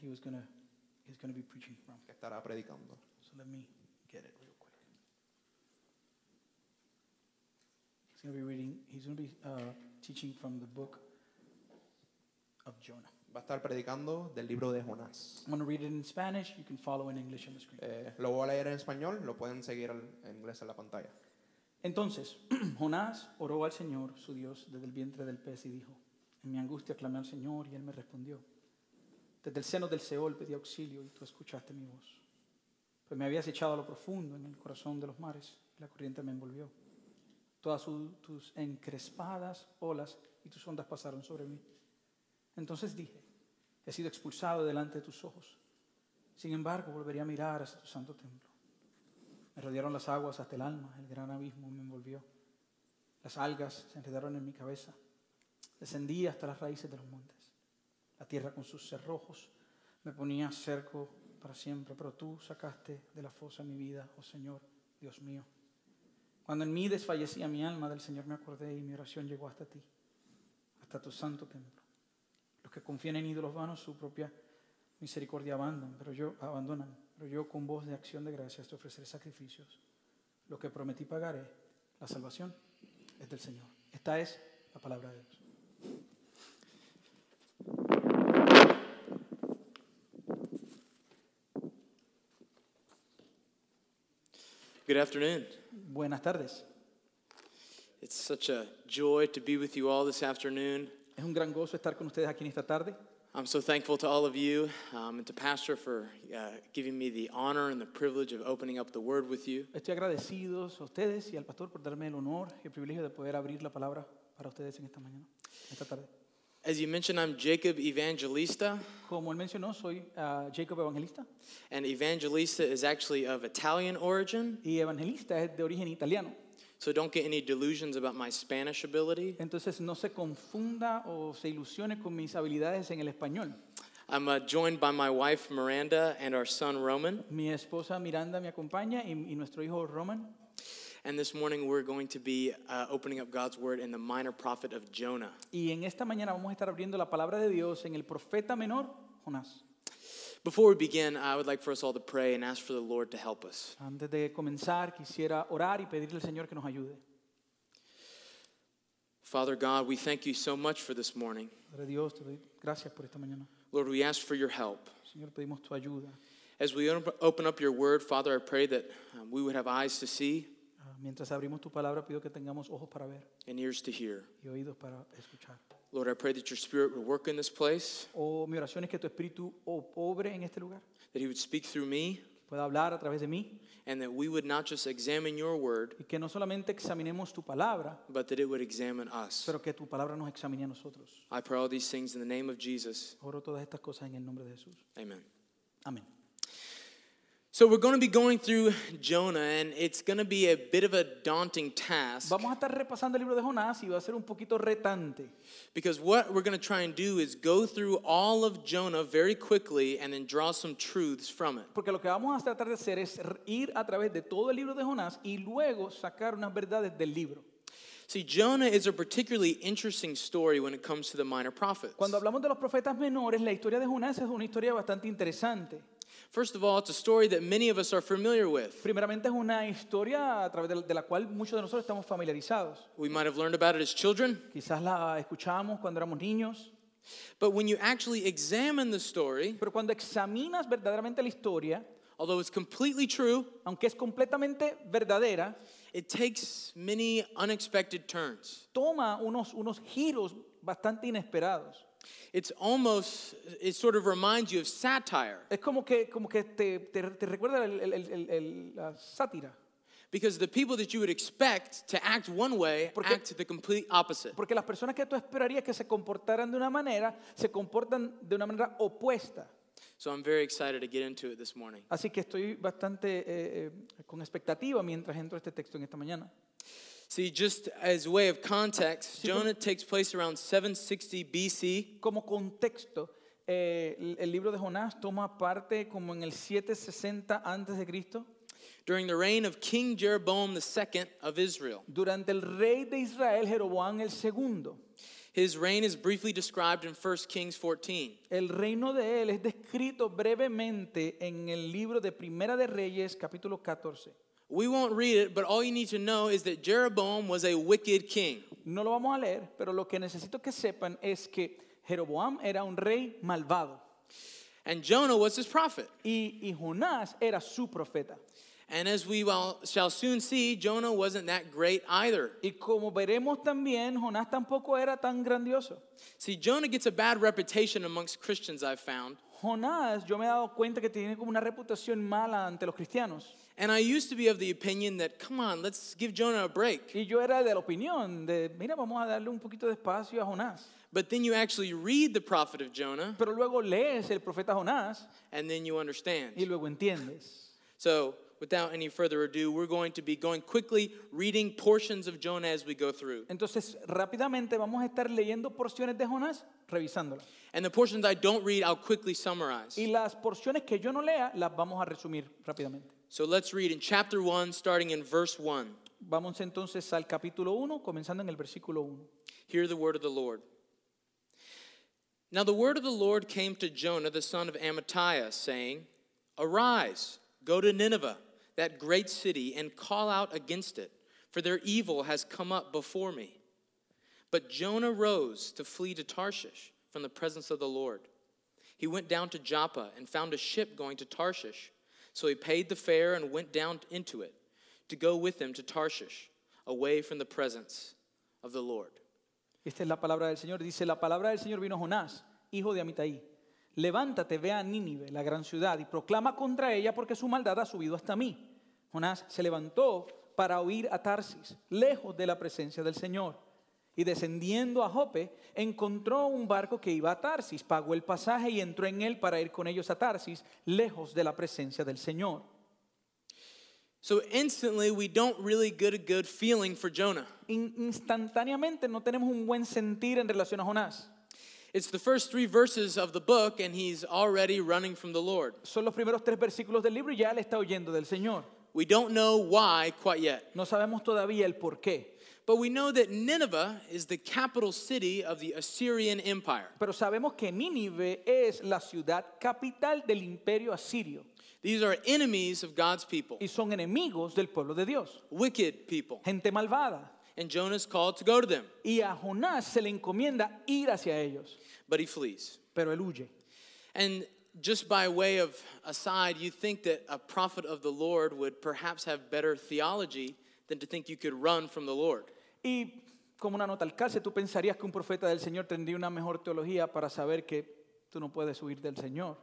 he was gonna he's gonna be preaching from. que estará predicando. So let me get it real quick. He's gonna be reading. He's gonna be uh, teaching from the book of Jonah. Va a estar predicando del libro de Jonás. I'm gonna read it in Spanish. You can follow in English on the screen. Eh, lo voy a leer en español, lo pueden seguir al- en inglés en la pantalla. Entonces Jonás oró al Señor, su Dios, desde el vientre del pez y dijo, en mi angustia clamé al Señor y él me respondió. Desde el seno del Seol pedí auxilio y tú escuchaste mi voz. Pues me habías echado a lo profundo en el corazón de los mares y la corriente me envolvió. Todas su- tus encrespadas olas y tus ondas pasaron sobre mí. Entonces dije, he sido expulsado delante de tus ojos. Sin embargo, volveré a mirar hacia tu santo templo. Me rodearon las aguas hasta el alma, el gran abismo me envolvió. Las algas se enredaron en mi cabeza. Descendí hasta las raíces de los montes. La tierra con sus cerrojos me ponía cerco para siempre, pero tú sacaste de la fosa mi vida, oh Señor, Dios mío. Cuando en mí desfallecía mi alma, del Señor me acordé y mi oración llegó hasta ti, hasta tu santo templo. Los que confían en ídolos vanos su propia misericordia abandonan, pero yo abandonan, pero yo con voz de acción de gracias te ofreceré sacrificios. Lo que prometí pagaré, la salvación es del Señor. Esta es la palabra de Dios. Good afternoon. Buenas tardes. It's such a joy to be with you all this afternoon. Es un gran gozo estar con ustedes aquí en esta tarde. I'm so thankful to all of you um, and to Pastor for uh, giving me the honor and the privilege of opening up the Word with you. Estoy agradecido a ustedes y al pastor por darme el honor y el privilegio de poder abrir la palabra para ustedes en esta mañana, en esta tarde. As you mentioned, I'm Jacob Evangelista, Como él mencionó, soy ah, Jacob Evangelista and Evangelista is actually of Italian origin, y Evangelista es de origen italiano. so don't get any delusions about my Spanish ability. Entonces no se confunda o se ilusione con mis habilidades en el español. I'm uh, joined by my wife Miranda and our son Roman, Mi esposa Miranda me acompaña y, y nuestro hijo Roman. and this morning we're going to be uh, opening up God's Word in the minor prophet of Jonah. Y en esta mañana vamos a estar abriendo la palabra de Dios en el profeta menor, Jonás. Before we begin, I would like for us all to pray and ask for the Lord to help us. Antes de comenzar, quisiera orar y pedirle al Señor que nos ayude. Father God, we thank you so much for this morning. Padre Dios, te doy gracias por esta mañana. Lord, we ask for your help. Señor, pedimos tu ayuda. As we op- open up your word, Father, I pray that um, we would have eyes to see Ah, Mientras abrimos tu palabra, pido que tengamos ojos para ver and ears to hear. y oídos para escuchar. Lord, I pray that your spirit would work in this place, Oh, mi oración es que tu espíritu oh, obre en este lugar, that he would speak through me, que pueda hablar a través de mí and that we would not just examine your word, y que no solamente examinemos tu palabra, but that it would examine us. pero que tu palabra nos examine a nosotros. I pray all these things in the name of Jesus. Oro todas estas cosas en el nombre de Jesús. Amen. Amén. So, we're going to be going through Jonah, and it's going to be a bit of a daunting task. Vamos a estar repasando el libro de Jonás y va a ser un poquito retante. Because what we're going to try and do is go through all of Jonah very quickly and then draw some truths from it. Porque lo que vamos a tratar de hacer es r- ir a través de todo el libro de Jonás y luego sacar unas verdades del libro. See, Jonah is a particularly interesting story when it comes to the minor prophets. Cuando hablamos de los profetas menores, la historia de Jonás es una historia bastante interesante. First of all, it's a story that many of us are familiar with. Primeramente es una historia a través de la- de la cual muchos de nosotros estamos familiarizados. We might have learned about it as children, Quizás la escuchamos cuando éramos niños, but when you actually examine the story, pero cuando examinas verdaderamente la historia, although it's completely true, aunque es completamente verdadera, it takes many unexpected turns. toma unos, unos giros bastante inesperados. It's almost, it sort of reminds you of satire Es como que, como que te, te- te recuerda el- el- el- el- el- la sátira. because the people that you would expect to act one way Porque- act the complete opposite. Porque las personas que tú esperarías que se comportaran de una manera, se comportan de una manera opuesta. So I'm very excited to get into it this morning. Así que estoy bastante eh, eh, con expectativa mientras entro a este texto en esta mañana. See, just as a way of context, Sí, Jonah takes place around 760 BC, Como contexto, eh, el- el libro de Jonás toma parte como en el 760 antes de Cristo, during the reign of King Jeroboam II of Israel. durante el rey de Israel Jeroboam el segundo. His reign is briefly described in 1 Kings 14. El reino de él es descrito brevemente en el libro de Primera de Reyes, capítulo 14. We won't read it, but all you need to know is that Jeroboam was a wicked king. No lo vamos a leer, pero lo que necesito que sepan es que Jeroboam era un rey malvado And Jonah was his prophet. y, y Jonás era su profeta. And as we will, shall soon see, Jonah wasn't that great either. Y como veremos también, Jonás tampoco era tan grandioso. See, Jonah gets a bad reputation amongst Christians, I've found. Jonás, yo me he dado cuenta que tiene como una reputación mala ante los cristianos. And I used to be of the opinion that, come on, let's give Jonah a break. Y yo era de la opinión de, mira, vamos a darle un poquito de espacio a Jonás. But then you actually read the prophet of Jonah, Pero luego lees el profeta Jonás and then you y understand. luego entiendes. So, without any further ado, we're going to be going quickly reading portions of Jonah as we go through. Entonces, rápidamente vamos a estar leyendo porciones de Jonás, revisándolas. And the portions I don't read, I'll quickly summarize. Y las porciones que yo no lea, las vamos a resumir rápidamente. So, let's read in chapter 1, starting in verse 1. Vamos entonces al capítulo 1, comenzando en el versículo 1. Hear the word of the Lord. Now the word of the Lord came to Jonah the son of Amittai, saying, Arise, go to Nineveh, that great city, and call out against it, for their evil has come up before me. But Jonah rose to flee to Tarshish from the presence of the Lord. He went down to Joppa and found a ship going to Tarshish. So he paid the fare and went down into it to go with them to Tarshish, away from the presence of the Lord. Esta es la palabra del Señor. Dice, la palabra del Señor vino a Jonás, hijo de Amitai. Levántate, ve a Nínive, la gran ciudad, y proclama contra ella porque su maldad ha subido hasta mí. Jonás se levantó para huir a Tarsis, lejos de la presencia del Señor. Y descendiendo a Jope, encontró un barco que iba a Tarsis, pagó el pasaje y entró en él para ir con ellos a Tarsis, lejos de la presencia del Señor. So instantly, we don't really get a good feeling for Jonah. In- instantáneamente no tenemos un buen sentir en relación a Jonás. It's the first three verses of the book, and he's already running from the Lord. Son los primeros tres versículos del libro y ya le está oyendo del Señor. We don't know why quite yet, No sabemos todavía el por qué, but we know that Nineveh is the capital city of the Assyrian Empire. pero sabemos que Nínive es la ciudad capital del imperio asirio These are enemies of God's people, y son enemigos del pueblo de Dios, wicked people. gente malvada. And Jonah's called to go to them, Y a Jonás se le encomienda ir hacia ellos, but he flees. pero él huye. And just by way of aside, you think that a prophet of the Lord would perhaps have better theology than to think you could run from the Lord. Y como una nota al calce, tú pensarías que un profeta del Señor tendría una mejor teología para saber que tú no puedes huir del Señor.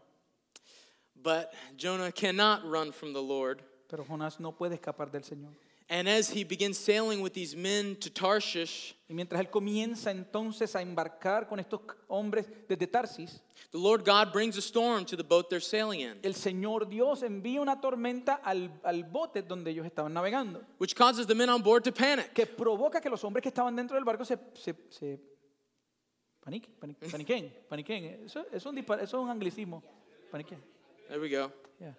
But Jonah cannot run from the Lord. Pero Jonás no puede escapar del Señor. And as he begins sailing with these men to Tarshish, Y mientras él comienza entonces a embarcar con estos hombres desde Tarsis, the Lord God brings a storm to the boat they're sailing in, el Señor Dios envía una tormenta al, al bote donde ellos estaban navegando, which causes the men on board to panic. que provoca que los hombres que estaban dentro del barco se, se, se paniquen, paniquen, paniquen, paniquen. Eso, eso es un dispar- eso es un anglicismo. Paniquen. There we go. yeah.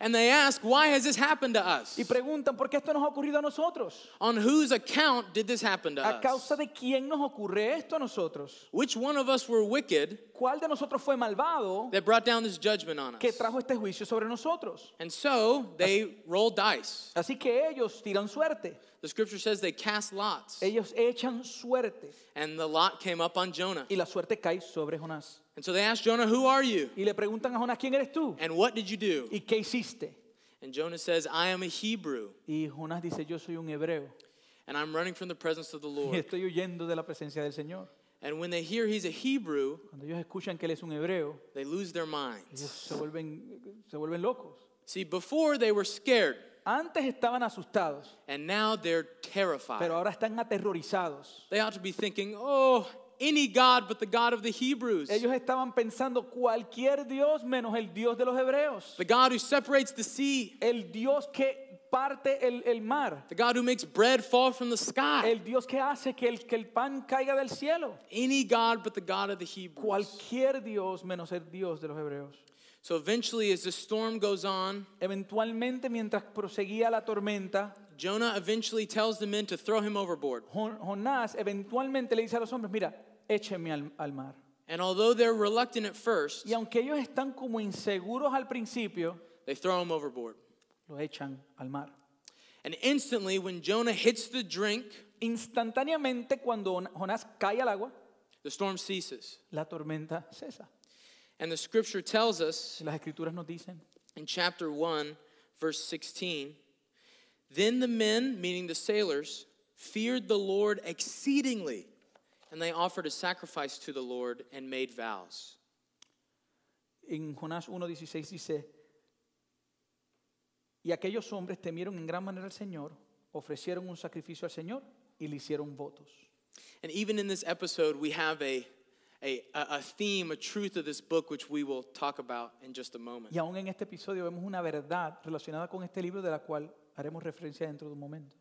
And they ask, Why has this happened to us? Y preguntan, ¿por qué esto nos ha ocurrido a nosotros? On whose account did this happen to ¿A us? causa de quién nos ocurre esto a nosotros? Which one of us were wicked ¿Cuál de nosotros fue malvado that brought down this judgment on que us? trajo este juicio sobre nosotros? And so they roll dice. Así que ellos tiran suerte, The scripture says they cast lots, ellos echan suerte and the lot came up on Jonah. y la suerte cae sobre Jonás. And so they ask Jonah, Who are you? Y le preguntan a Jonás, ¿quién eres tú? And what did you do? ¿Y qué hiciste? And Jonah says, I am a Hebrew, Y Jonás dice, yo soy un hebreo and I'm running from the presence of the y Lord. estoy huyendo de la presencia del Señor. and when they hear he's a Hebrew, Cuando ellos escuchan que él es un hebreo, they lose their ellos minds. se vuelven, se vuelven locos. See, before they were scared, Antes estaban asustados, and now they're terrified. pero ahora están aterrorizados. they ought to be thinking, oh, any God but the God of the Hebrews, Ellos estaban pensando cualquier Dios menos el Dios de los hebreos. the God who separates the sea, El Dios que parte el, el mar. the God who makes bread fall from the sky. El Dios que hace que el, que el pan caiga del cielo. any God but the God of the Hebrews. Cualquier Dios menos el Dios de los hebreos. so eventually, as the storm goes on, Eventualmente, mientras proseguía la tormenta, Jonah eventually tells the men to throw him overboard. Jo- Jonás eventualmente le dice a los hombres, mira, échenme al, al mar. And although they're reluctant at first, Y aunque ellos están como inseguros al principio, they throw him overboard. lo echan al mar. And instantly, when Jonah hits the drink, Instantáneamente cuando Jon- Jonás cae al agua, the storm ceases. la tormenta cesa. And the scripture tells us Si las escrituras nos dicen, in chapter 1, verse 16 Then the men, meaning the sailors, feared the Lord exceedingly, and they offered a sacrifice to the Lord and made vows. en Jonás 1.16 dice, y aquellos hombres temieron en gran manera al Señor, ofrecieron un sacrificio al Señor y le hicieron votos. And even in this episode, we have a, a, a a theme, a truth of this book, which we will talk about in just a moment. Y aún en este episodio vemos una verdad relacionada con este libro de la cual haremos referencia dentro de un momento.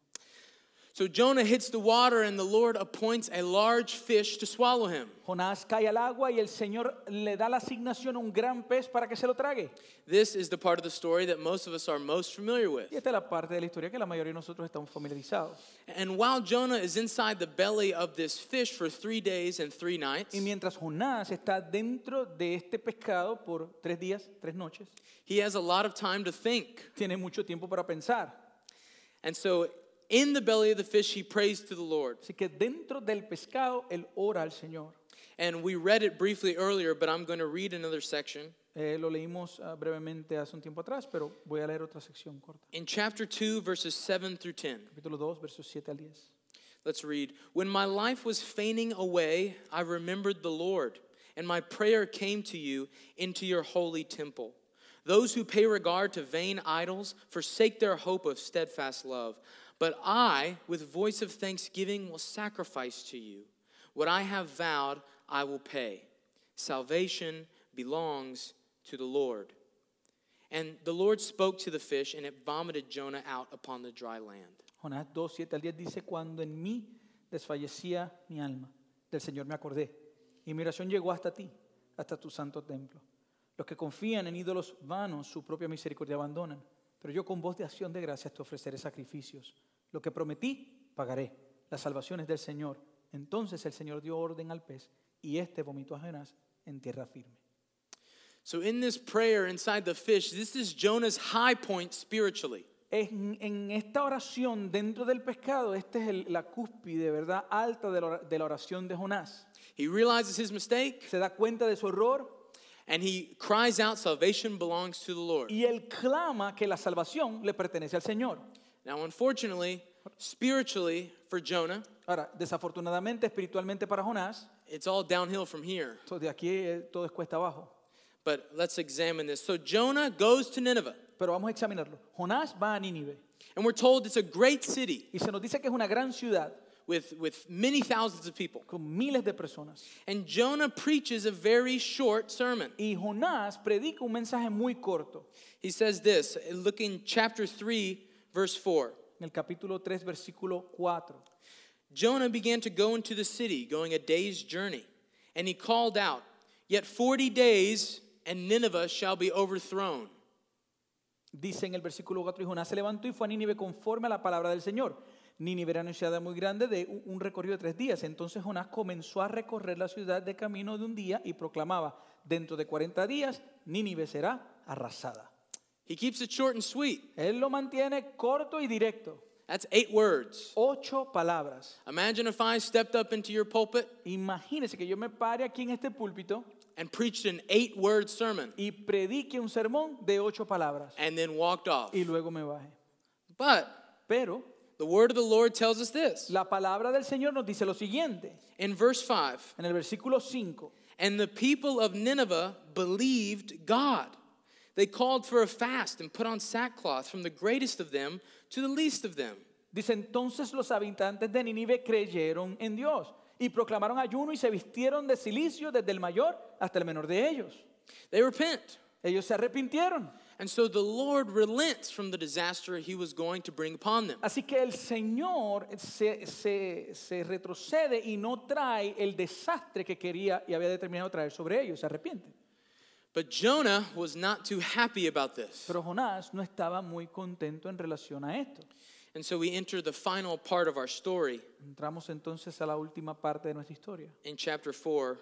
So Jonah hits the water, and the Lord appoints a large fish to swallow him. Jonás cae al agua y el Señor le da la asignación a un gran pez para que se lo trague. This is the part of the story that most of us are most familiar with. Y esta es la parte de la historia que la mayoría de nosotros estamos familiarizados. And while Jonah is inside the belly of this fish for three days and three nights, Y mientras Jonás está dentro de este pescado por tres días, tres noches, he has a lot of time to think. tiene mucho tiempo para pensar. And so, in the belly of the fish, he prays to the Lord. Así que dentro del pescado, él ora al Señor. And we read it briefly earlier, but I'm going to read another section. Eh, lo leímos ah, brevemente hace un tiempo atrás, pero voy a leer otra sección corta. In chapter 2, verses 7 through 10, Capítulo 2, versos 7 al 10. let's read When my life was fainting away, I remembered the Lord, and my prayer came to you into your holy temple. Those who pay regard to vain idols forsake their hope of steadfast love. But I, with voice of thanksgiving, will sacrifice to you. What I have vowed, I will pay. Salvation belongs to the Lord. And the Lord spoke to the fish, and it vomited Jonah out upon the dry land. Jonás 2, 7 al 10 dice, cuando en mí desfallecía mi alma, del Señor me acordé, y mi oración llegó hasta ti, hasta tu santo templo. Los que confían en ídolos vanos su propia misericordia abandonan, pero yo con voz de acción de gracias te ofreceré sacrificios. Lo que prometí, pagaré. Las salvaciones del Señor. Entonces el Señor dio orden al pez, y éste vomitó a Jonás en tierra firme. So, in this prayer inside the fish, this is Jonah's high point spiritually. En, en esta oración dentro del pescado, esta es el- la cúspide, ¿verdad?, alta de la or- de la oración de Jonás. He realizes his mistake se da cuenta de su error and he cries out, Salvation belongs to the Lord. y él clama que la salvación le pertenece al Señor. Now, unfortunately, spiritually for Jonah, Ahora, desafortunadamente, espiritualmente para Jonás, it's all downhill from here. to- de aquí eh, todo es cuesta abajo. But let's examine this. So, Jonah goes to Nineveh, Pero vamos a examinarlo. Jonás va a Nínive and we're told it's a great city y se nos dice que es una gran ciudad with, with many thousands of people. con miles de personas. And Jonah preaches a very short sermon. Y Jonás predica un mensaje muy corto. He says this look in chapter 3, verse 4. En el capítulo 3, versículo 4. Jonah began to go into the city, going a day's journey, and he called out, Yet 40 days, and Nineveh shall be overthrown. Dice en el versículo 4, y Jonás se levantó y fue a Nínive conforme a la palabra del Señor. Nínive era una ciudad muy grande de un- un recorrido de tres días. Entonces Jonás comenzó a recorrer la ciudad de camino de un día y proclamaba, dentro de 40 días Nínive será arrasada. He keeps it short and sweet. Él lo mantiene corto y directo. That's eight words. Ocho palabras. Imagine if I stepped up into your pulpit Imagínense que yo me pare aquí en este púlpito and preached an eight word sermon y predique un sermón de ocho palabras and then walked off. y luego me baje. But Pero the word of the Lord tells us this la palabra del Señor nos dice lo siguiente, in verse 5 en el versículo 5. And the people of Nineveh believed God. They called for a fast and put on sackcloth from the greatest of them to the least of them. Dice entonces los habitantes de Nínive creyeron en Dios y proclamaron ayuno y se vistieron de silicio desde el mayor hasta el menor de ellos. They repent. Ellos se arrepintieron. And so the Lord relents from the disaster he was going to bring upon them. Así que el Señor se, se- se retrocede y no trae el desastre que quería y había determinado traer sobre ellos. Se arrepiente. But Jonah was not too happy about this. Pero Jonás no estaba muy contento en relación a esto. And so we enter the final part of our story. Entramos entonces a la última parte de nuestra historia. in chapter 4,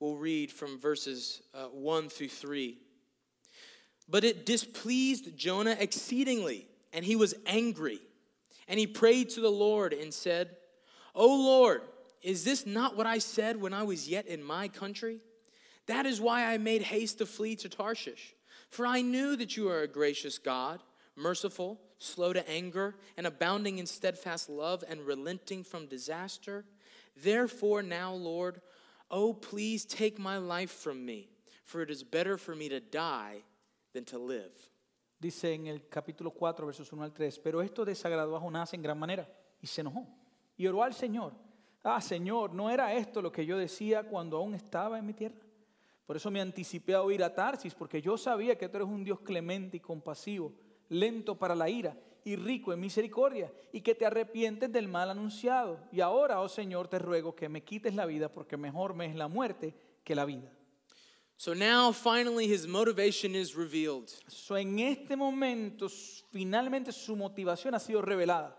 we'll read from verses uh, 1 through 3. But it displeased Jonah exceedingly, and he was angry. And he prayed to the Lord and said, O Lord, is this not what I said when I was yet in my country? That is why I made haste to flee to Tarshish. For I knew that you are a gracious God, merciful, slow to anger, and abounding in steadfast love and relenting from disaster. Therefore, now, Lord, oh, please take my life from me, for it is better for me to die than to live. Dice en el capítulo 4, versos 1 al 3, pero esto desagradó a Jonás en gran manera y se enojó. Y oró al Señor, ah Señor, ¿no era esto lo que yo decía cuando aún estaba en mi tierra? Por eso me anticipé a oír a Tarsis, porque yo sabía que tú eres un Dios clemente y compasivo, lento para la ira y rico en misericordia, y que te arrepientes del mal anunciado. Y ahora, oh Señor, te ruego que me quites la vida, porque mejor me es la muerte que la vida. So now, finally, his motivation is revealed. So, en este momento, s- finalmente su motivación ha sido revelada.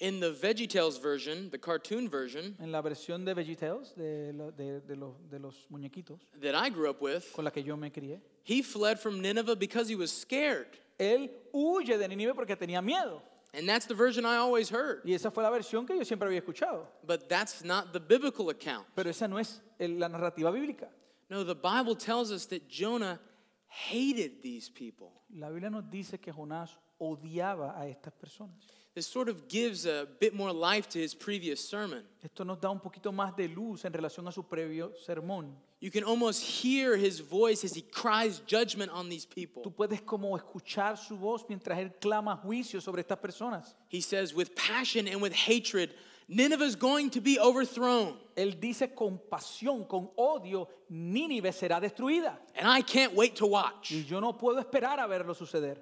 In the VeggieTales version, the cartoon version En la versión de VeggieTales, de, lo- de- de los, de los muñequitos, that I grew up with, con la que yo me crié, he fled from Nineveh because he was scared. él huye de Nínive porque tenía miedo. And that's the version I always heard. Y esa fue la versión que yo siempre había escuchado. But that's not the biblical account. Pero esa no es el- la narrativa bíblica. No, the Bible tells us that Jonah hated these people. La Biblia nos dice que Jonás odiaba a estas personas. This sort of gives a bit more life to his previous sermon. Esto nos da un poquito más de luz en relación a su previo sermón. You can almost hear his voice as he cries judgment on these Tú people. puedes como escuchar su voz mientras él clama juicio sobre estas personas. He says, with passion and with hatred, Nineveh's going to be overthrown, Él dice con pasión, con odio, Nínive será destruida. and I can't wait to watch. Y yo no puedo esperar a verlo suceder.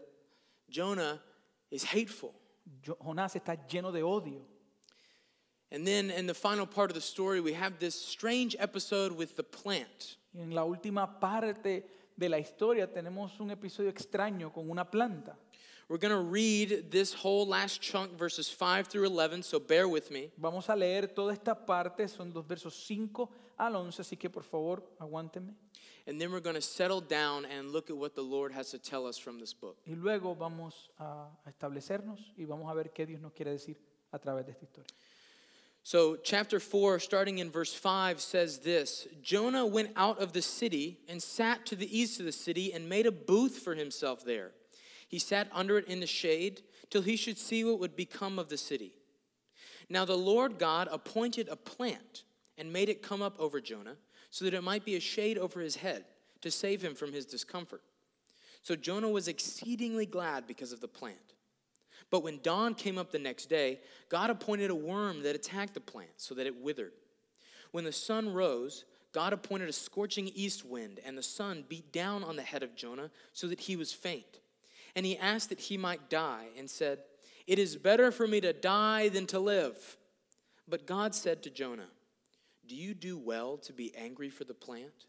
Jonah is hateful. Yo- Jonás está lleno de odio. And then in the final part of the story, we have this strange episode with the plant. Y en la última parte de la historia tenemos un episodio extraño con una planta. We're going to read this whole last chunk, verses 5 through 11, so bear with me. Vamos a leer toda esta parte, son los versos 5 al 11, así que por favor aguántenme. And then we're going to settle down and look at what the Lord has to tell us from this book. Y luego vamos a a establecernos y vamos a ver qué Dios nos quiere decir a través de esta historia. So, chapter 4, starting in verse 5, says this Jonah went out of the city and sat to the east of the city and made a booth for himself there. He sat under it in the shade till he should see what would become of the city. Now, the Lord God appointed a plant and made it come up over Jonah so that it might be a shade over his head to save him from his discomfort. So Jonah was exceedingly glad because of the plant. But when dawn came up the next day, God appointed a worm that attacked the plant so that it withered. When the sun rose, God appointed a scorching east wind, and the sun beat down on the head of Jonah so that he was faint. And he asked that he might die, and said, It is better for me to die than to live. But God said to Jonah, Do you do well to be angry for the plant?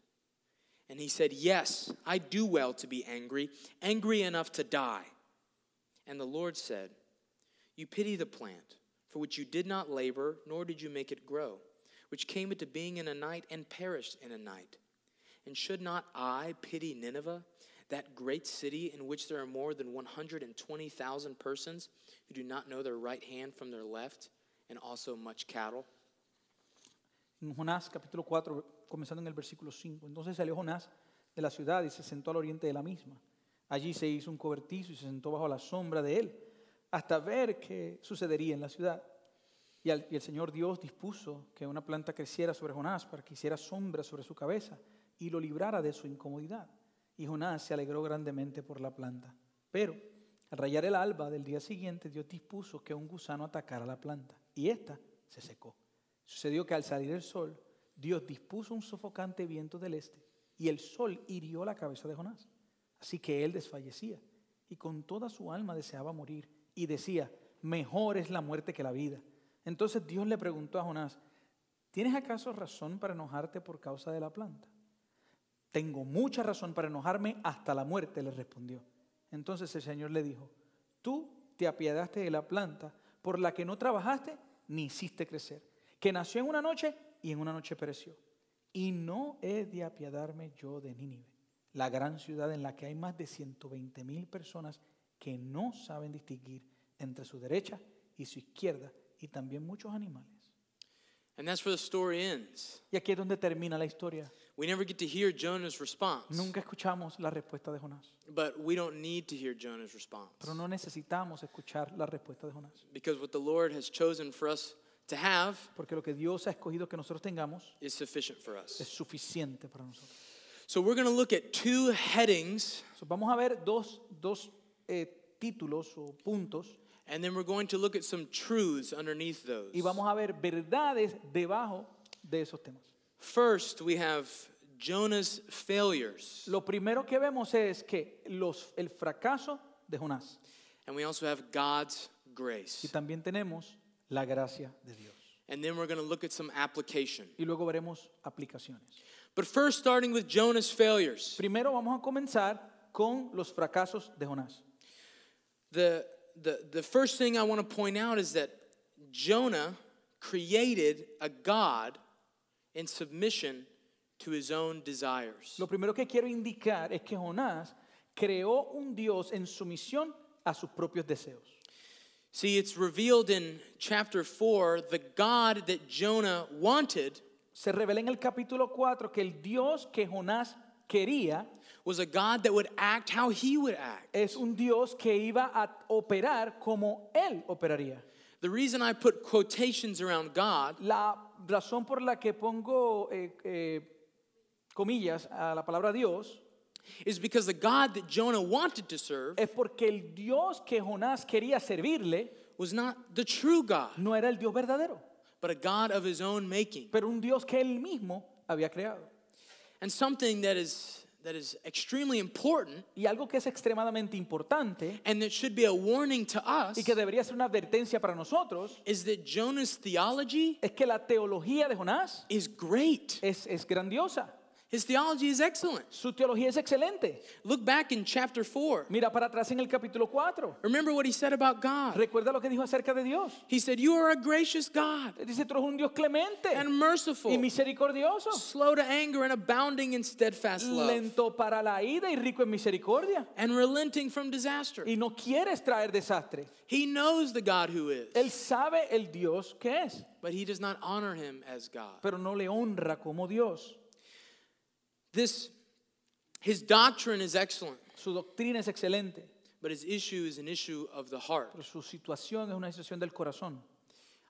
And he said, Yes, I do well to be angry, angry enough to die. And the Lord said, You pity the plant, for which you did not labor, nor did you make it grow, which came into being in a night and perished in a night. And should not I pity Nineveh, that great city in which there are more than 120,000 persons who do not know their right hand from their left, and also much cattle? En Jonás capítulo 4, comenzando en el versículo 5. Entonces salió Jonás de la ciudad y se sentó al oriente de la misma. Allí se hizo un cobertizo y se sentó bajo la sombra de él, hasta ver qué sucedería en la ciudad. Y, al- y el Señor Dios dispuso que una planta creciera sobre Jonás para que hiciera sombra sobre su cabeza y lo librara de su incomodidad. Y Jonás se alegró grandemente por la planta. Pero al rayar el alba del día siguiente, Dios dispuso que un gusano atacara la planta y ésta se secó. Sucedió que al salir el sol, Dios dispuso un sofocante viento del este y el sol hirió la cabeza de Jonás. Así que él desfallecía y con toda su alma deseaba morir y decía, mejor es la muerte que la vida. Entonces Dios le preguntó a Jonás, ¿tienes acaso razón para enojarte por causa de la planta? Tengo mucha razón para enojarme hasta la muerte, le respondió. Entonces el Señor le dijo, tú te apiadaste de la planta por la que no trabajaste ni hiciste crecer, que nació en una noche y en una noche pereció. Y no he de apiadarme yo de Nínive, la gran ciudad en la que hay más de 120 mil personas que no saben distinguir entre su derecha y su izquierda y también muchos animales. And that's where the story ends. Y aquí es donde termina la historia. We never get to hear Jonah's response, Nunca escuchamos la respuesta de Jonás, but we don't need to hear Jonah's response. pero no necesitamos escuchar la respuesta de Jonás, Because what the Lord has chosen for us to have porque lo que Dios ha escogido que nosotros tengamos is sufficient for us. es suficiente para nosotros. So we're going to look at two headings, So, vamos a ver dos, dos, eh, títulos o puntos and then we're going to look at some truths underneath those. y vamos a ver verdades debajo de esos temas. First, we have Jonah's failures, Lo primero que vemos es que los, el fracaso de Jonás and we also have God's y grace. también tenemos la gracia de Dios. And then we're going to look at some application. Y luego veremos aplicaciones. But first, starting with Jonah's failures, Primero vamos a comenzar con los fracasos de Jonás. the, the, the first thing I want to point out is that Jonah created a God in submission to his own desires. Lo primero que quiero indicar es que Jonás creó un Dios en sumisión a sus propios deseos. See, it's revealed in chapter 4 the God that Jonah wanted Se revela en el capítulo 4 que el Dios que Jonás quería was a God that would act how he would act. es un Dios que iba a operar como él operaría. The reason I put quotations around God La razón por la que pongo eh, eh, comillas a la palabra Dios is because the God that Jonah wanted to serve es porque el Dios que Jonás quería servirle was not the true God, no era el Dios verdadero, but a God of his own making. pero un Dios que él mismo había creado. And something that is that is extremely important Y algo que es extremadamente importante and that should be a warning to us y que debería ser una advertencia para nosotros is that Jonah's theology es que la teología de Jonás is great. es, es grandiosa. His theology is excellent. Su teología es excelente. Look back in chapter 4. Mira para atrás en el capítulo 4. Remember what he said about God. Recuerda lo que dijo acerca de Dios. He said, You are a gracious God Él Dice, tú eres un Dios clemente and merciful, y misericordioso, slow to anger and abounding in steadfast love, lento para la ira y rico en misericordia. and relenting from disaster. Y no quieres traer desastre. He knows the God who Él is, sabe el Dios que es, but he does not honor him as God. pero no le honra como Dios. This, his doctrine is excellent, Su doctrina es excelente, but his issue is an issue of the heart. pero su situación es una situación del corazón.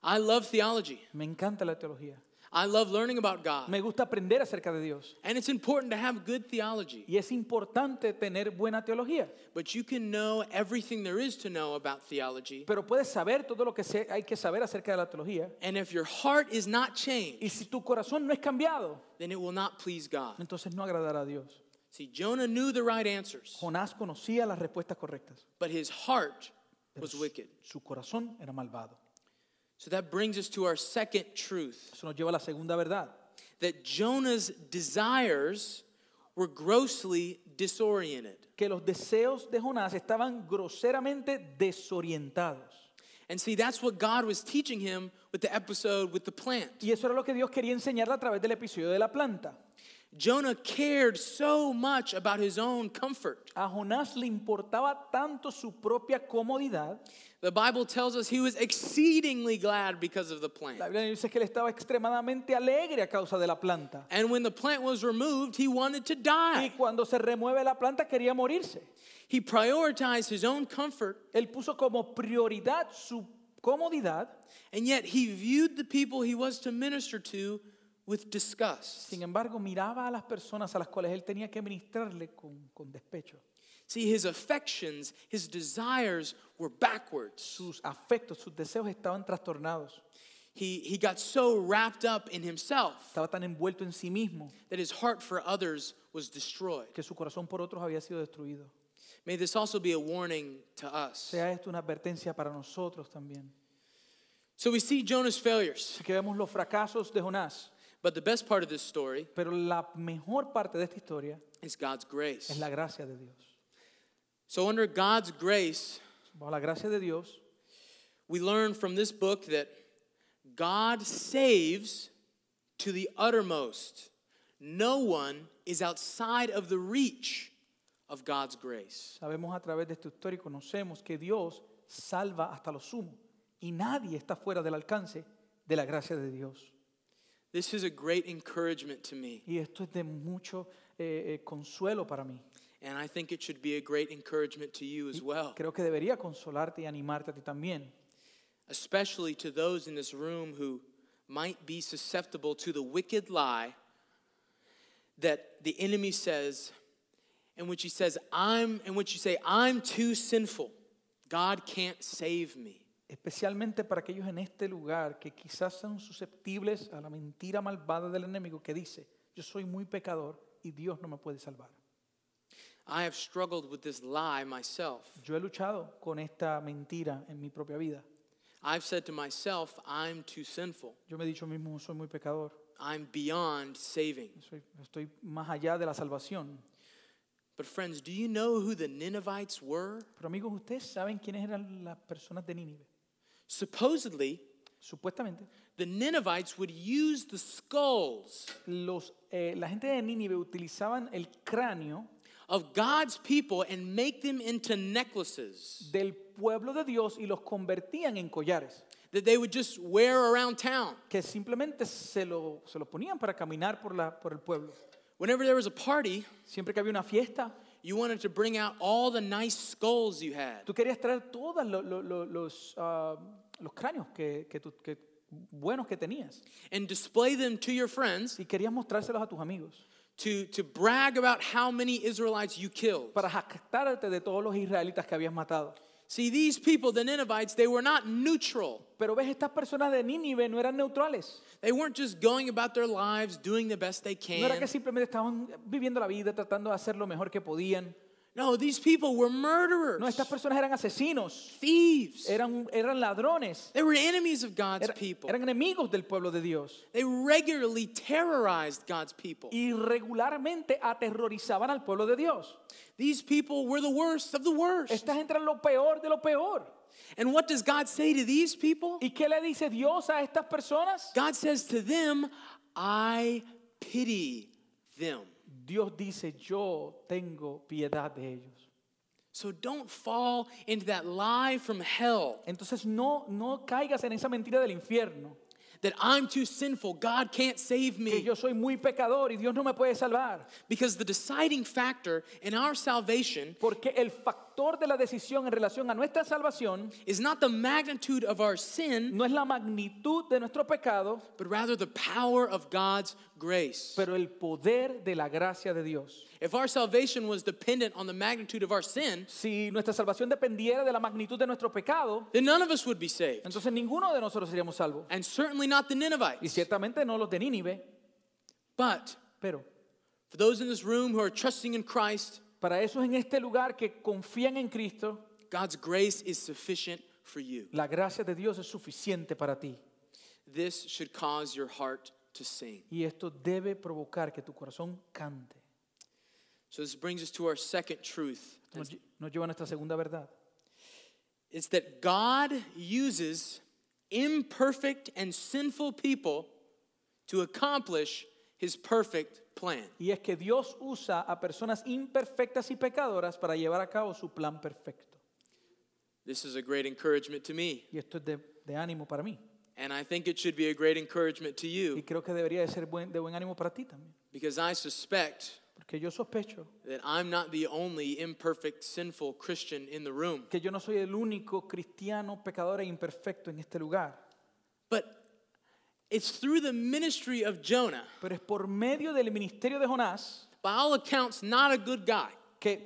I love theology. Me encanta la teología. I love learning about God. Me gusta aprender acerca de Dios. And it's important to have good theology, Y es importante tener buena teología, but you can know everything there is to know about theology. pero puedes saber todo lo que se- hay que saber acerca de la teología. And if your heart is not changed, Y si tu corazón no es cambiado, then it will not please God. entonces no agradará a Dios. See, Jonah knew the right answers, Jonás conocía las respuestas correctas, but his heart pero was su- wicked. su corazón era malvado. So that brings us to our second truth Eso nos lleva a la segunda verdad, that Jonah's desires were grossly disoriented. que los deseos de Jonás estaban groseramente desorientados. And see, that's what God was teaching him with the episode with the plant. Y eso era lo que Dios quería enseñarle a través del episodio de la planta. Jonah cared so much about his own comfort. A Jonás le importaba tanto su propia comodidad. The Bible tells us he was exceedingly glad because of the La plant. Biblia dice que él estaba extremadamente alegre a causa de la planta. And when the plant was removed, he wanted to Y die. cuando se remueve la planta quería morirse. He prioritized his own comfort Él puso como prioridad su comodidad. And yet he viewed the people he was to minister to with disgust. Sin embargo, miraba a las personas a las cuales él tenía que ministrarle con, con despecho. See, his affections, his desires were backwards. Sus afectos, sus deseos estaban trastornados. He, he got so wrapped up in himself Estaba tan envuelto en sí mismo that his heart for others was destroyed. que su corazón por otros había sido destruido. May this also be a warning to us. Sea esto una advertencia para nosotros también. So we see Jonah's failures, Así que vemos los fracasos de Jonás, but the best part of this story pero la mejor parte de esta historia is God's grace. es la gracia de Dios. So, under God's grace, Bajo la gracia de Dios, we learn from this book that God saves to the uttermost. No one is outside of the reach of God's grace. Sabemos a través de esta historia y conocemos que Dios salva hasta lo sumo y nadie está fuera del alcance de la gracia de Dios. This is a great encouragement to me, Y esto es de mucho eh, eh, consuelo para mí. and I think it should be a great encouragement to you as well, Creo que debería consolarte y animarte a ti también, especially to those in this room who might be susceptible to the wicked lie that the enemy says, in which he says, I'm, in which you say, I'm too sinful. God can't save me. especialmente para aquellos en este lugar que quizás son susceptibles a la mentira malvada del enemigo que dice, yo soy muy pecador y Dios no me puede salvar. I have struggled with this lie myself. Yo he luchado con esta mentira en mi propia vida. I've said to myself, I'm too sinful. Yo me he dicho mismo, soy muy pecador, I'm beyond saving. soy- estoy más allá de la salvación. But, friends, do you know who the Ninevites were? Pero amigos, ustedes saben quiénes eran las personas de Nínive. Supposedly, Supuestamente, the Ninevites would use the skulls los, eh, la gente de Nínive utilizaban el cráneo of God's people and make them into necklaces del pueblo de Dios y los convertían en collares, that they would just wear around town. que simplemente se lo, se lo ponían para caminar por, la, por el pueblo. Whenever there was a party, Siempre que había una fiesta, you wanted to bring out all the nice skulls you had. tú querías traer todos los, los, ah, los cráneos que, que tú- que- buenos que tenías and display them to your friends y querías mostrárselos a tus amigos to, to brag about how many Israelites you killed. para jactarte de todos los israelitas que habías matado. See, these people, the Ninevites, they were not neutral. Pero ves, estas personas de Nínive no eran neutrales. They weren't just going about their lives doing the best they No era can. que simplemente estaban viviendo la vida tratando de hacer lo mejor que podían. No, these people were murderers, No, estas personas eran asesinos, thieves. eran, eran ladrones, They were enemies of God's era- people. eran enemigos del pueblo de Dios. They regularly terrorized God's people. Y regularmente aterrorizaban al pueblo de Dios. These people were the worst of the worst. Esta gente era lo peor de lo peor. And what does God say to these people? ¿Y qué le dice Dios a estas personas? God says to them, I pity them. Dios dice, yo tengo piedad de ellos. So don't fall into that lie from hell Entonces no, no caigas en esa mentira del infierno, that I'm too sinful, God can't save que me. yo soy muy pecador y Dios no me puede salvar. Because the deciding factor in our salvation Porque el factor de la decisión en relación a nuestra salvación is not the magnitude of our sin, no es la magnitud de nuestro pecado, but rather the power of God's grace. pero el poder de la gracia de Dios. If our salvation was dependent on the magnitude of our sin, Si nuestra salvación dependiera de la magnitud de nuestro pecado, then none of us would be saved, entonces ninguno de nosotros seríamos salvos. and certainly not the Y Ninevites. ciertamente no los de Nínive, But pero for those in this room who are trusting in Christ, para esos en este lugar que confían en Cristo, God's grace is sufficient for you. la gracia de Dios es suficiente para ti. This should cause your heart to sing. Y esto debe provocar que tu corazón cante. So this brings us to our second truth. Esto Nos, lle- nos lleva a nuestra segunda verdad. It's that God uses imperfect and sinful people to accomplish his perfect plan. Y es que Dios usa a personas imperfectas y pecadoras para llevar a cabo su plan perfecto. This is a great encouragement to me, Y esto es de, de ánimo para mí. and I think it should be a great encouragement to Y you creo que debería de ser buen- de buen ánimo para ti también. because I suspect Porque yo sospecho that I'm not the only imperfect, sinful Christian in the room. que yo no soy el único cristiano pecador e imperfecto en este lugar. But it's through the ministry of Jonah, Pero es por medio del ministerio de Jonás by all accounts, not a good guy, que,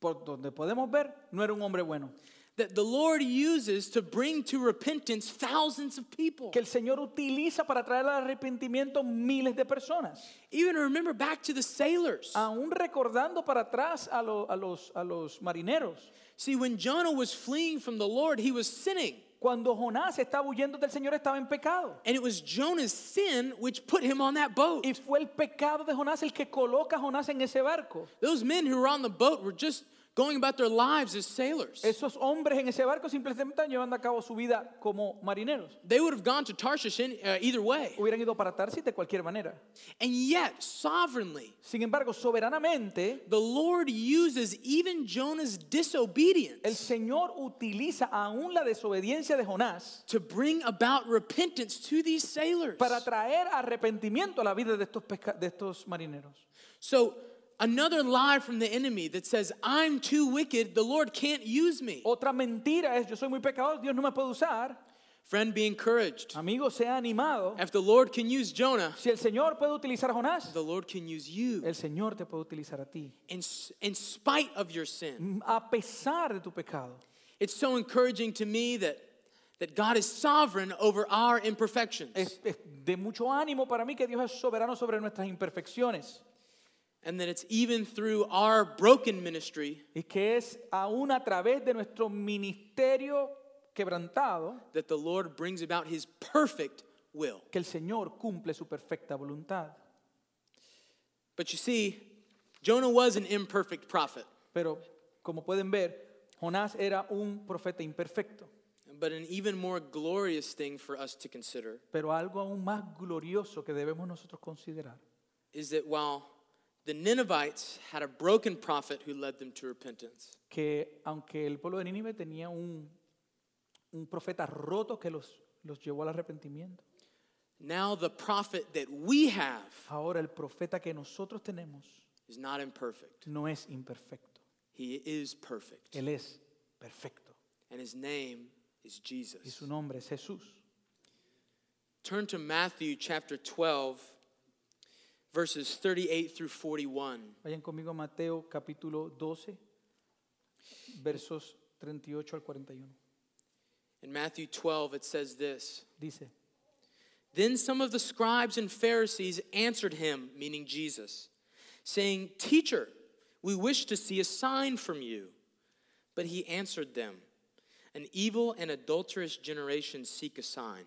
por donde podemos ver, no era un hombre bueno. that the Lord uses to bring to repentance thousands of people. que el Señor utiliza para traer al arrepentimiento miles de personas. Even remember back to the sailors. Aún recordando para atrás a, lo- a los, a los marineros, See, when Jonah was fleeing from the Lord, he was sinning. cuando Jonás estaba huyendo del Señor estaba en pecado. And it was Jonah's sin which put him on that boat. Y fue el pecado de Jonás el que coloca a Jonás en ese barco. Those men who were on the boat were just going about their lives as sailors. Esos hombres en ese barco simplemente están llevando a cabo su vida como marineros. They would have gone to Tarshish in, uh, either way. Hubieran ido para Tarsis de cualquier manera. And yet, sovereignly, Sin embargo, soberanamente, the Lord uses even Jonah's el disobedience Señor utiliza aún la desobediencia de Jonás to bring about repentance to these sailors. para traer arrepentimiento a la vida de estos, pesca- de estos marineros. So, another lie from the enemy that says, I'm too wicked, the Lord can't use me. Otra mentira es, yo soy muy pecador, Dios no me puede usar. Friend, be encouraged. Amigo, sea animado. If the Lord can use Jonah, Si el Señor puede utilizar a Jonás, the Lord can use you el Señor te puede utilizar a ti, in, s- in spite of your sin. a pesar de tu pecado. It's so encouraging to me that, that God is sovereign over our imperfections Es, es de mucho ánimo para mí que Dios es soberano sobre nuestras imperfecciones and that it's even through our broken ministry y que es aún a través de nuestro ministerio quebrantado that the Lord brings about his perfect will. que el Señor cumple su perfecta voluntad. But you see, Jonah was an imperfect prophet. Pero como pueden ver, Jonás era un profeta imperfecto, But an even more glorious thing for us to consider pero algo aún más glorioso que debemos nosotros considerar is that while the Ninevites had a broken prophet who led them to repentance, que aunque el pueblo de Nínive tenía un, un profeta roto que los, los llevó al arrepentimiento, now the prophet that we have ahora el profeta que nosotros tenemos is not imperfect. no es imperfecto, He is perfect. él es perfecto And his name is y Jesus. su nombre es Jesús. Turn to Matthew chapter 12, verses 38 through 41. Vayan conmigo a Mateo capítulo 12, versos 38 al 41. In Matthew 12, it says this. Dice, Then some of the scribes and Pharisees answered him, meaning Jesus, saying, Teacher, we wish to see a sign from you. But he answered them, An evil and adulterous generation seek a sign,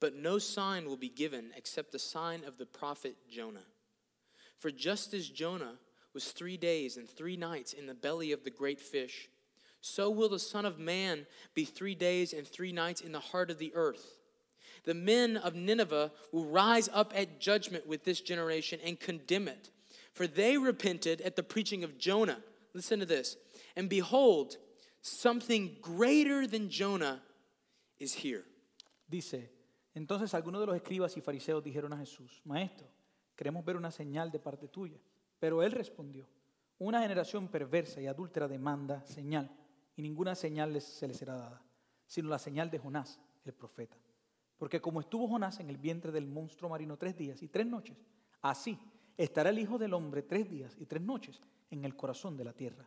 but no sign will be given except the sign of the prophet Jonah. For just as Jonah was three days and three nights in the belly of the great fish, so will the Son of Man be three days and three nights in the heart of the earth. The men of Nineveh will rise up at judgment with this generation and condemn it, for they repented at the preaching of Jonah. Listen to this. And behold, something greater than Jonah is here. Dice, entonces algunos de los escribas y fariseos dijeron a Jesús, Maestro, queremos ver una señal de parte tuya. Pero él respondió, una generación perversa y adúltera demanda señal, y ninguna señal les- se le será dada, sino la señal de Jonás, el profeta. Porque como estuvo Jonás en el vientre del monstruo marino tres días y tres noches, así estará el Hijo del Hombre tres días y tres noches en el corazón de la tierra.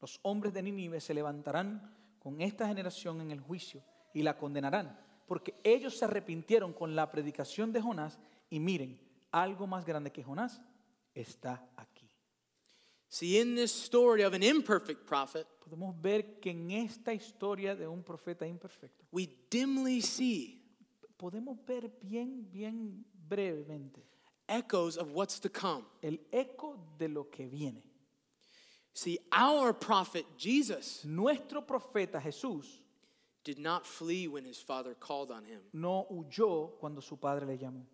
Los hombres de Nínive se levantarán con esta generación en el juicio y la condenarán, porque ellos se arrepintieron con la predicación de Jonás y miren, algo más grande que Jonás está aquí. See, in this story of an imperfect prophet, Podemos ver que en esta historia de un profeta imperfecto, we dimly see podemos ver bien, bien brevemente echoes of what's to come. el eco de lo que viene. See, our prophet Jesus Nuestro profeta Jesús did not flee when his father called on him, no huyó cuando su padre le llamó.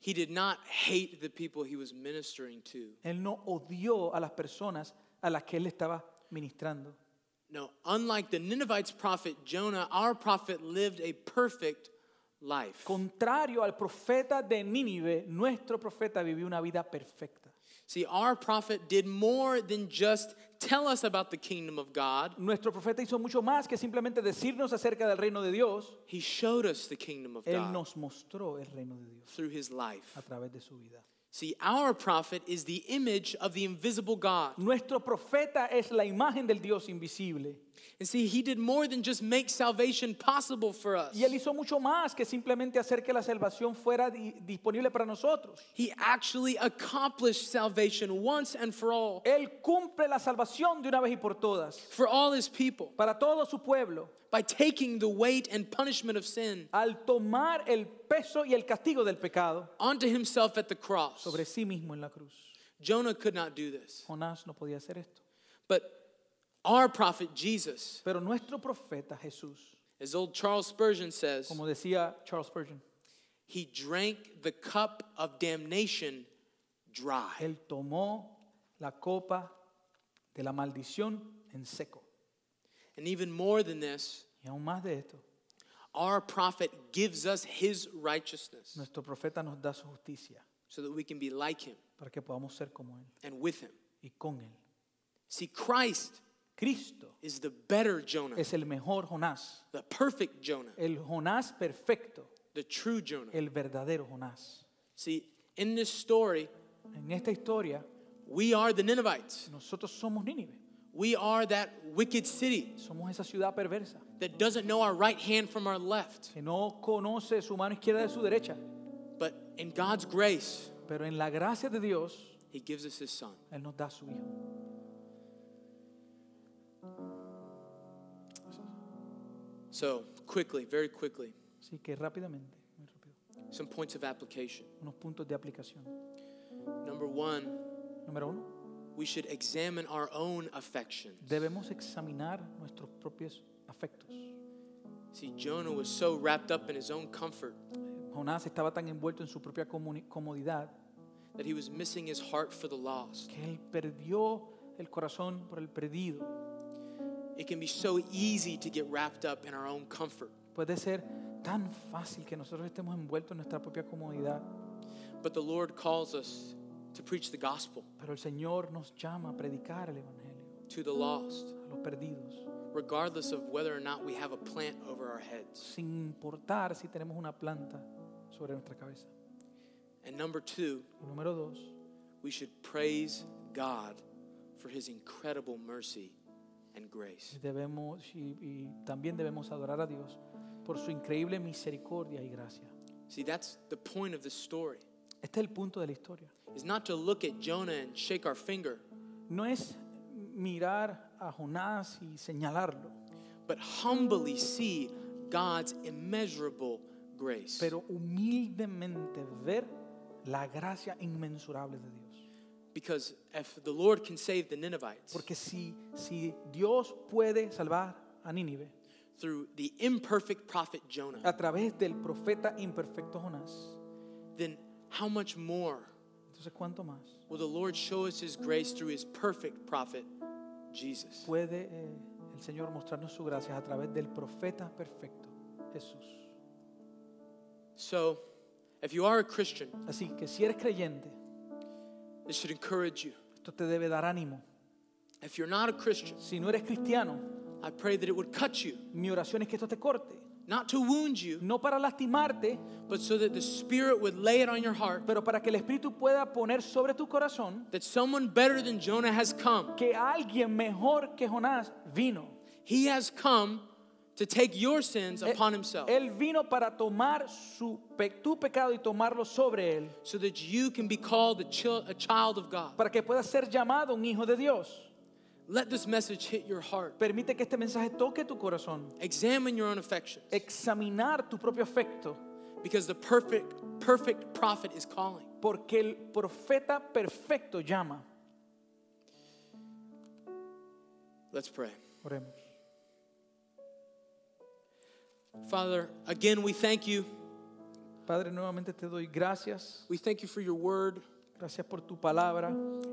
he did not hate the people he was ministering to. Él no odió a las personas a las que él estaba ministrando. No, unlike the Ninevites' prophet Jonah, our prophet lived a perfect life. Contrario al profeta de Nínive, nuestro profeta vivió una vida perfecta. See, our prophet did more than just tell us about the kingdom of God, Nuestro profeta hizo mucho más que simplemente decirnos acerca del reino de Dios. he showed us the kingdom of Él God nos mostró el reino de Dios through his life. a través de su vida. See, our prophet is the image of the invisible God. Nuestro profeta es la imagen del Dios invisible. And see, he did more than just make salvation possible for us. Y él hizo mucho más que simplemente hacer que la salvación fuera di- disponible para nosotros. He actually accomplished salvation once and for all, Él cumple la salvación de una vez y por todas for all his people, para todo su pueblo by taking the weight and punishment of sin al tomar el peso y el castigo del pecado onto himself at the cross. sobre sí mismo en la cruz. Jonah could not do this. Jonás no podía hacer esto. But Our prophet Jesus, Pero nuestro profeta Jesús, as old Charles Spurgeon says, como decía Charles Spurgeon, he drank the cup of damnation dry. él tomó la copa de la maldición en seco. And even more than this, Y aún más de esto, our prophet gives us his righteousness nuestro profeta nos da su justicia so that we can be like him para que podamos ser como él and with him. y con él. See, Christ Cristo is the better Jonah, es el mejor Jonás, the perfect Jonah, el Jonás perfecto, the true Jonah. el verdadero Jonás. See, in this story, En esta historia, we are the Ninevites. nosotros somos Nínive, We are that wicked city somos esa ciudad perversa that doesn't know our right hand from our left. que no conoce su mano izquierda de su derecha, But in God's grace, pero en la gracia de Dios, he gives us his son. Él nos da su Hijo. So, quickly, very quickly, Así que rápidamente, muy rápido, some points of application. unos puntos de aplicación. Number one, Número uno, we should examine our own affections. debemos examinar nuestros propios afectos. See, Jonah was so wrapped up in his own comfort Jonás estaba tan envuelto en su propia comuni- comodidad that he was missing his heart for the lost. que él perdió el corazón por el perdido. It can be so easy to get wrapped up in our own comfort. Puede ser tan fácil que nosotros estemos envueltos en nuestra propia comodidad, But the Lord calls us to preach the gospel pero el Señor nos llama a predicar el Evangelio to the lost, a los perdidos, regardless of whether or not we have a plant over our heads. sin importar si tenemos una planta sobre nuestra cabeza. And number two, Y número dos, we should praise God for his incredible mercy and grace. debemos y, y también debemos adorar a Dios por su increíble misericordia y gracia. See, that's the point of the story. Este es el punto de la historia. Is not to look at Jonah and shake our finger, No es mirar a Jonás y señalarlo, but humbly see God's immeasurable grace. pero humildemente ver la gracia inmensurable de Dios. Because if the Lord can save the Ninevites Porque si, si Dios puede salvar a Nínive through the imperfect prophet Jonah, a través del profeta imperfecto Jonás, then how much more entonces cuánto más will the Lord show us his grace through his perfect prophet, Jesus? puede eh, el Señor mostrarnos su gracia a través del profeta perfecto Jesús. So, if you are a Christian, Así que si eres creyente, this should encourage you. esto te debe dar ánimo. If you're not a Christian, Si no eres cristiano, I pray that it would cut you, mi oración es que esto te corte. not to wound you, No para lastimarte, but so that the Spirit would lay it on your heart pero para que el Espíritu pueda poner sobre tu corazón that someone better than Jonah has come. que alguien mejor que Jonás vino. He has come to take your sins Él, upon himself Eh, él vino para tomar su, pe- tu pecado y tomarlo sobre él, so that you can be called a, chil- a child of God. para que puedas ser llamado un hijo de Dios. Let this message hit your heart. Permite que este mensaje toque tu corazón. Examine your own affections Examinar tu propio afecto, because the perfect, perfect prophet is calling. porque el profeta perfecto llama. Let's pray. Oremos. Father, again, we thank you. Padre, nuevamente te doy gracias. We thank you for your word. Gracias por tu palabra,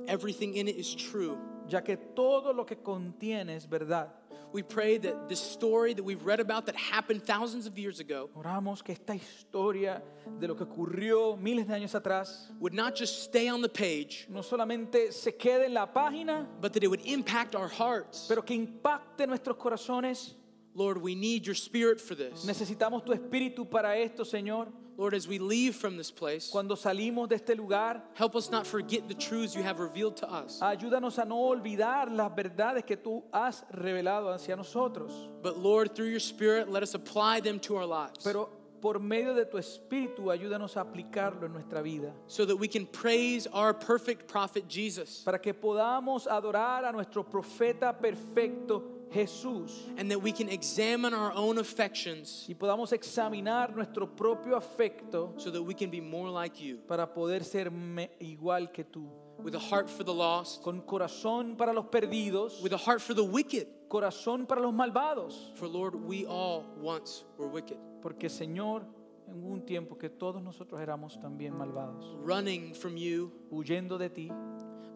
Everything in it is true. ya que todo lo que contiene es verdad. We pray that this story that we've read about that happened thousands of years ago Oramos que esta historia de lo que ocurrió miles de años atrás would not just stay on the page, no solamente se quede en la página, but that it would impact our hearts. pero que impacte nuestros corazones. Lord, we need your spirit for this. Necesitamos tu espíritu para esto, Señor. Lord, as we leave from this place, Cuando salimos de este lugar, help us not forget the truths you have revealed to us, ayúdanos a no olvidar las verdades que tú has revelado hacia nosotros. but Lord, through your spirit, let us apply them to our lives. Pero por medio de tu espíritu, ayúdanos a aplicarlo en nuestra vida. so that we can praise our perfect prophet Jesus para que podamos adorar a nuestro profeta perfecto Jesús and that we can examine our own affections y podamos examinar nuestro propio afecto so that we can be more like you. para poder ser me- igual que tú. with a heart for the lost, con corazón para los perdidos, with a heart for the wicked. corazón para los malvados. For Lord, we all once were wicked, Porque Señor, en un tiempo que todos nosotros éramos también malvados, running from you. huyendo de ti,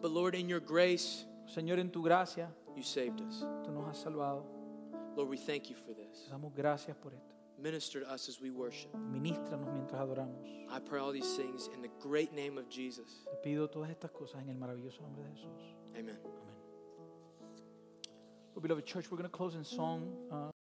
But Lord, in your grace, Señor, en tu gracia, you saved us. tú nos has salvado. Lord, we thank you Te for this. damos gracias por esto. Minister to us as we worship. Ministranos mientras adoramos. I pray all these things in the great name of Jesus. Te pido todas estas cosas en el maravilloso nombre de Jesús. Amen. Amen. Well, beloved church, we're going to close in song. uh,